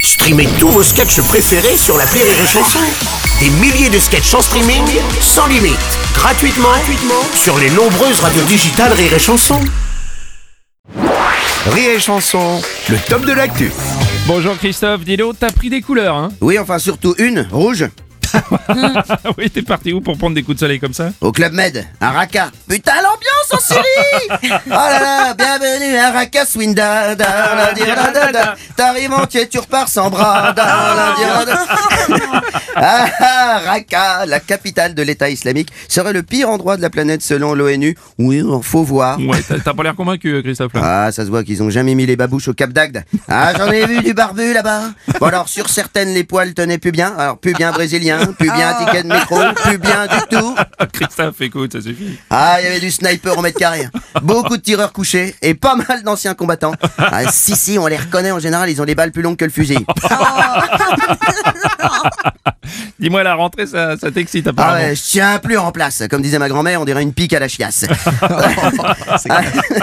Streamez tous vos sketchs préférés sur la Rire et Chanson. Des milliers de sketchs en streaming, sans limite, gratuitement, gratuitement sur les nombreuses radios digitales Rire et Chanson. Rire et chanson, le top de l'actu. Bonjour Christophe, dis donc, t'as pris des couleurs, hein Oui, enfin surtout une, rouge, Ah oui, t'es parti où pour prendre des coups de soleil comme ça au Club Med, à Raqqa. Putain, l'ambiance en Syrie Oh là là, bienvenue à Raqqa, Swinda. da, la, di, ra, da, da. T'arrives entier, tu repars sans bras. da, la, di, ra, da. Ah, ah, Raqqa, la capitale de l'État islamique, serait le pire endroit de la planète selon l'ONU. Oui, faut voir. Ouais, t'as t'as pas l'air convaincu euh, Christophe là. Ah, ça se voit qu'ils ont jamais mis les babouches au Cap d'Agde. Ah, j'en ai vu du barbu là-bas. Bon alors, sur certaines, les poils tenaient plus bien. Alors, plus bien brésilien, plus bien ticket de métro, plus bien du tout. Ah. Christophe, écoute, ça suffit. Ah, il y avait du sniper au mètre carré. Beaucoup de tireurs couchés et pas mal d'anciens combattants. Ah, si, si, on les reconnaît en général, ils ont les balles plus longues que le fusil. Dis-moi, la rentrée, ça, ça t'excite Ah apparemment. ouais, je tiens plus en place. Comme disait ma grand-mère, on dirait une pique à la chiasse. Ah.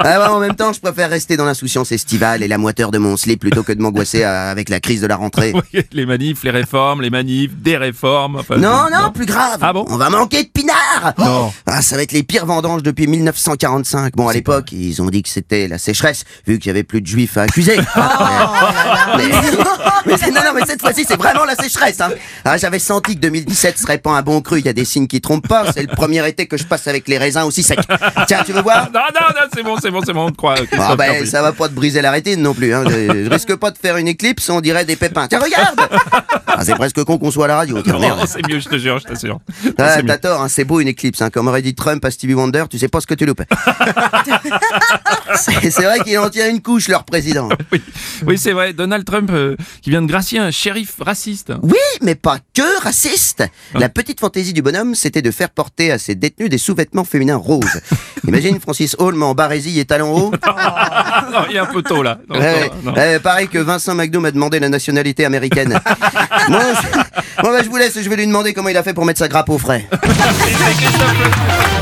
Ah ouais, en même temps, je préfère rester dans l'insouciance estivale et la moiteur de mon slip plutôt que de m'angoisser euh, avec la crise de la rentrée. Oui, les manifs, les réformes, les manifs, des réformes. enfin, Non, c'est- non, plus grave. Euh, Ah bon On va manquer de pinard. Non. Ah, ça va être les pires vendanges depuis 1945. Bon, à l'époque, ils ont dit que c'était la sécheresse, vu qu'il y avait plus de juifs à accuser. Oh mais, mais c'est- non, non, mais cette fois-ci, c'est vraiment la sécheresse. Hein. Ah, j'avais senti que 2017 serait pas un bon cru. Il y a des signes qui trompent pas. C'est le premier été que je passe avec les raisins aussi secs. Tiens, tu veux voir Ah, Non, non, non, c'est bon, c'est bon, c'est bon, on te croit. euh, Christophe, ah ben, merci. ça va pas te briser la rétine non plus. Hein. Je je risque pas de faire une éclipse, on dirait des pépins. Tiens, regarde ah, C'est presque con qu'on soit à la radio. Tiens, Non, merde. non, c'est mieux, je te jure, je t'assure. Ah, C'est mieux. t'as tort, hein, c'est beau une éclipse. hein. Comme aurait dit Trump à Stevie Wonder, tu sais pas ce que tu loupes. c'est c'est vrai qu'il en tient une couche, leur président. Oui, oui c'est vrai, Donald Trump euh, qui vient de gracier un shérif raciste. Oui, Eh, mais pas que raciste. Ah. La petite fantaisie du bonhomme, c'était de faire porter à ses détenus des sous-vêtements féminins roses. Imagine Francis Holm en barésie et talons hauts. Ah, non, il est un peu tôt là. Non, Ouais, non, non. ouais. Ouais, pareil que Vincent McDo m'a demandé la nationalité américaine. Moi, je... bon, bah, je vous laisse, je vais lui demander comment il a fait pour mettre sa grappe au frais. C'est Christophe.